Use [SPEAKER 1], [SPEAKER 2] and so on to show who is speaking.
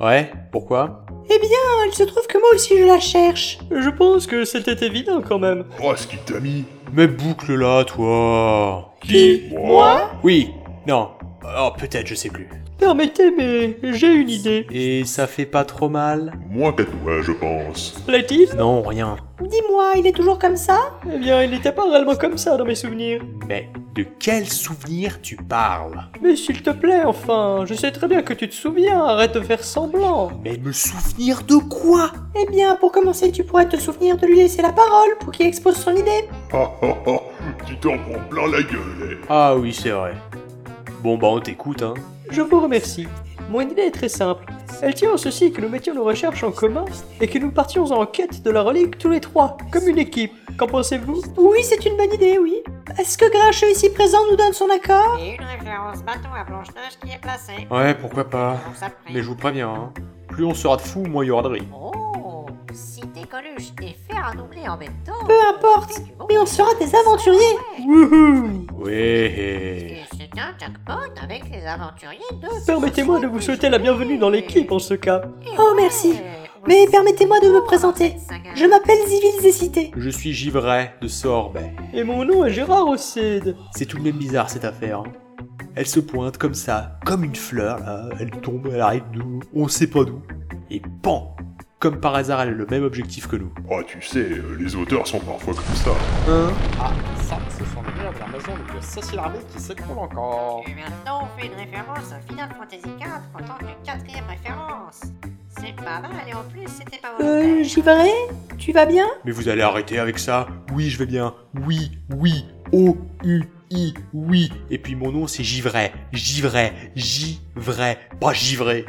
[SPEAKER 1] Ouais, pourquoi
[SPEAKER 2] Eh bien, il se trouve que moi aussi je la cherche.
[SPEAKER 3] Je pense que c'était évident quand même.
[SPEAKER 4] Oh, ce qu'il t'a mis
[SPEAKER 1] Mais boucle là, toi
[SPEAKER 2] Qui
[SPEAKER 4] Moi
[SPEAKER 1] Oui, non. Oh, peut-être, je sais plus.
[SPEAKER 3] Permettez, mais j'ai une idée.
[SPEAKER 1] Et ça fait pas trop mal
[SPEAKER 4] Moins qu'à toi, je pense.
[SPEAKER 3] Plaît-il
[SPEAKER 1] Non, rien.
[SPEAKER 2] Dis-moi, il est toujours comme ça
[SPEAKER 3] Eh bien, il n'était pas réellement comme ça dans mes souvenirs.
[SPEAKER 1] Mais de quel souvenir tu parles
[SPEAKER 3] Mais s'il te plaît, enfin, je sais très bien que tu te souviens, arrête de faire semblant.
[SPEAKER 1] Mais me souvenir de quoi
[SPEAKER 2] Eh bien, pour commencer, tu pourrais te souvenir de lui laisser la parole pour qu'il expose son idée.
[SPEAKER 4] Ah ah ah, tu t'en prends plein la gueule,
[SPEAKER 1] Ah oui, c'est vrai. Bon, bah on t'écoute, hein.
[SPEAKER 3] Je vous remercie. Mon idée est très simple. Elle tient en ceci que nous mettions nos recherches en commun et que nous partions en quête de la relique tous les trois, comme une équipe. Qu'en pensez-vous
[SPEAKER 2] Oui, c'est une bonne idée, oui. Est-ce que Grincheux ici présent nous donne son accord
[SPEAKER 5] Et une référence bateau à Blanche-Neige qui est placée.
[SPEAKER 1] Ouais, pourquoi
[SPEAKER 2] Ah,
[SPEAKER 1] pas.
[SPEAKER 5] Donc ça prie.
[SPEAKER 1] Mais je vous préviens, hein. Plus on sera de fous, moins il y aura de rire.
[SPEAKER 5] Oh, citer Coluche et faire un doublé en même temps.
[SPEAKER 2] Peu importe, mais on sera des aventuriers.
[SPEAKER 3] Wouhou
[SPEAKER 1] Ouais.
[SPEAKER 5] Et c'est un jackpot avec les aventuriers de...
[SPEAKER 3] Permettez-moi de vous souhaiter la bienvenue dans l'équipe en ce cas.
[SPEAKER 2] Oh, merci. Mais permettez-moi de me présenter. Je m'appelle Zivil Zécité.
[SPEAKER 1] Je suis Givray de ben. Sorbet.
[SPEAKER 3] Et mon nom est Gérard Ocide.
[SPEAKER 1] C'est tout de même bizarre cette affaire. hein. Elle se pointe comme ça, comme une fleur, là. Elle tombe, elle arrive d'où, on sait pas d'où. Et pan Comme par hasard, elle a le même objectif que nous.
[SPEAKER 4] eh. Ah, tu sais, euh, les auteurs sont parfois comme ça.
[SPEAKER 1] Hein
[SPEAKER 6] Ah, ça, ce sont les murs de la maison de Cécile Armé qui s'écroule encore.
[SPEAKER 5] Et maintenant, on fait une référence à Final Fantasy IV en tant que quatrième référence. C'est pas mal et en plus, c'était pas
[SPEAKER 2] Euh,
[SPEAKER 5] volontaire.
[SPEAKER 2] Givré, tu vas bien
[SPEAKER 1] Mais vous allez arrêter avec ça Oui, je vais bien. Oui, oui. O, U, I, oui. Et puis mon nom, c'est Givray. Givray. Givray. Pas Givré.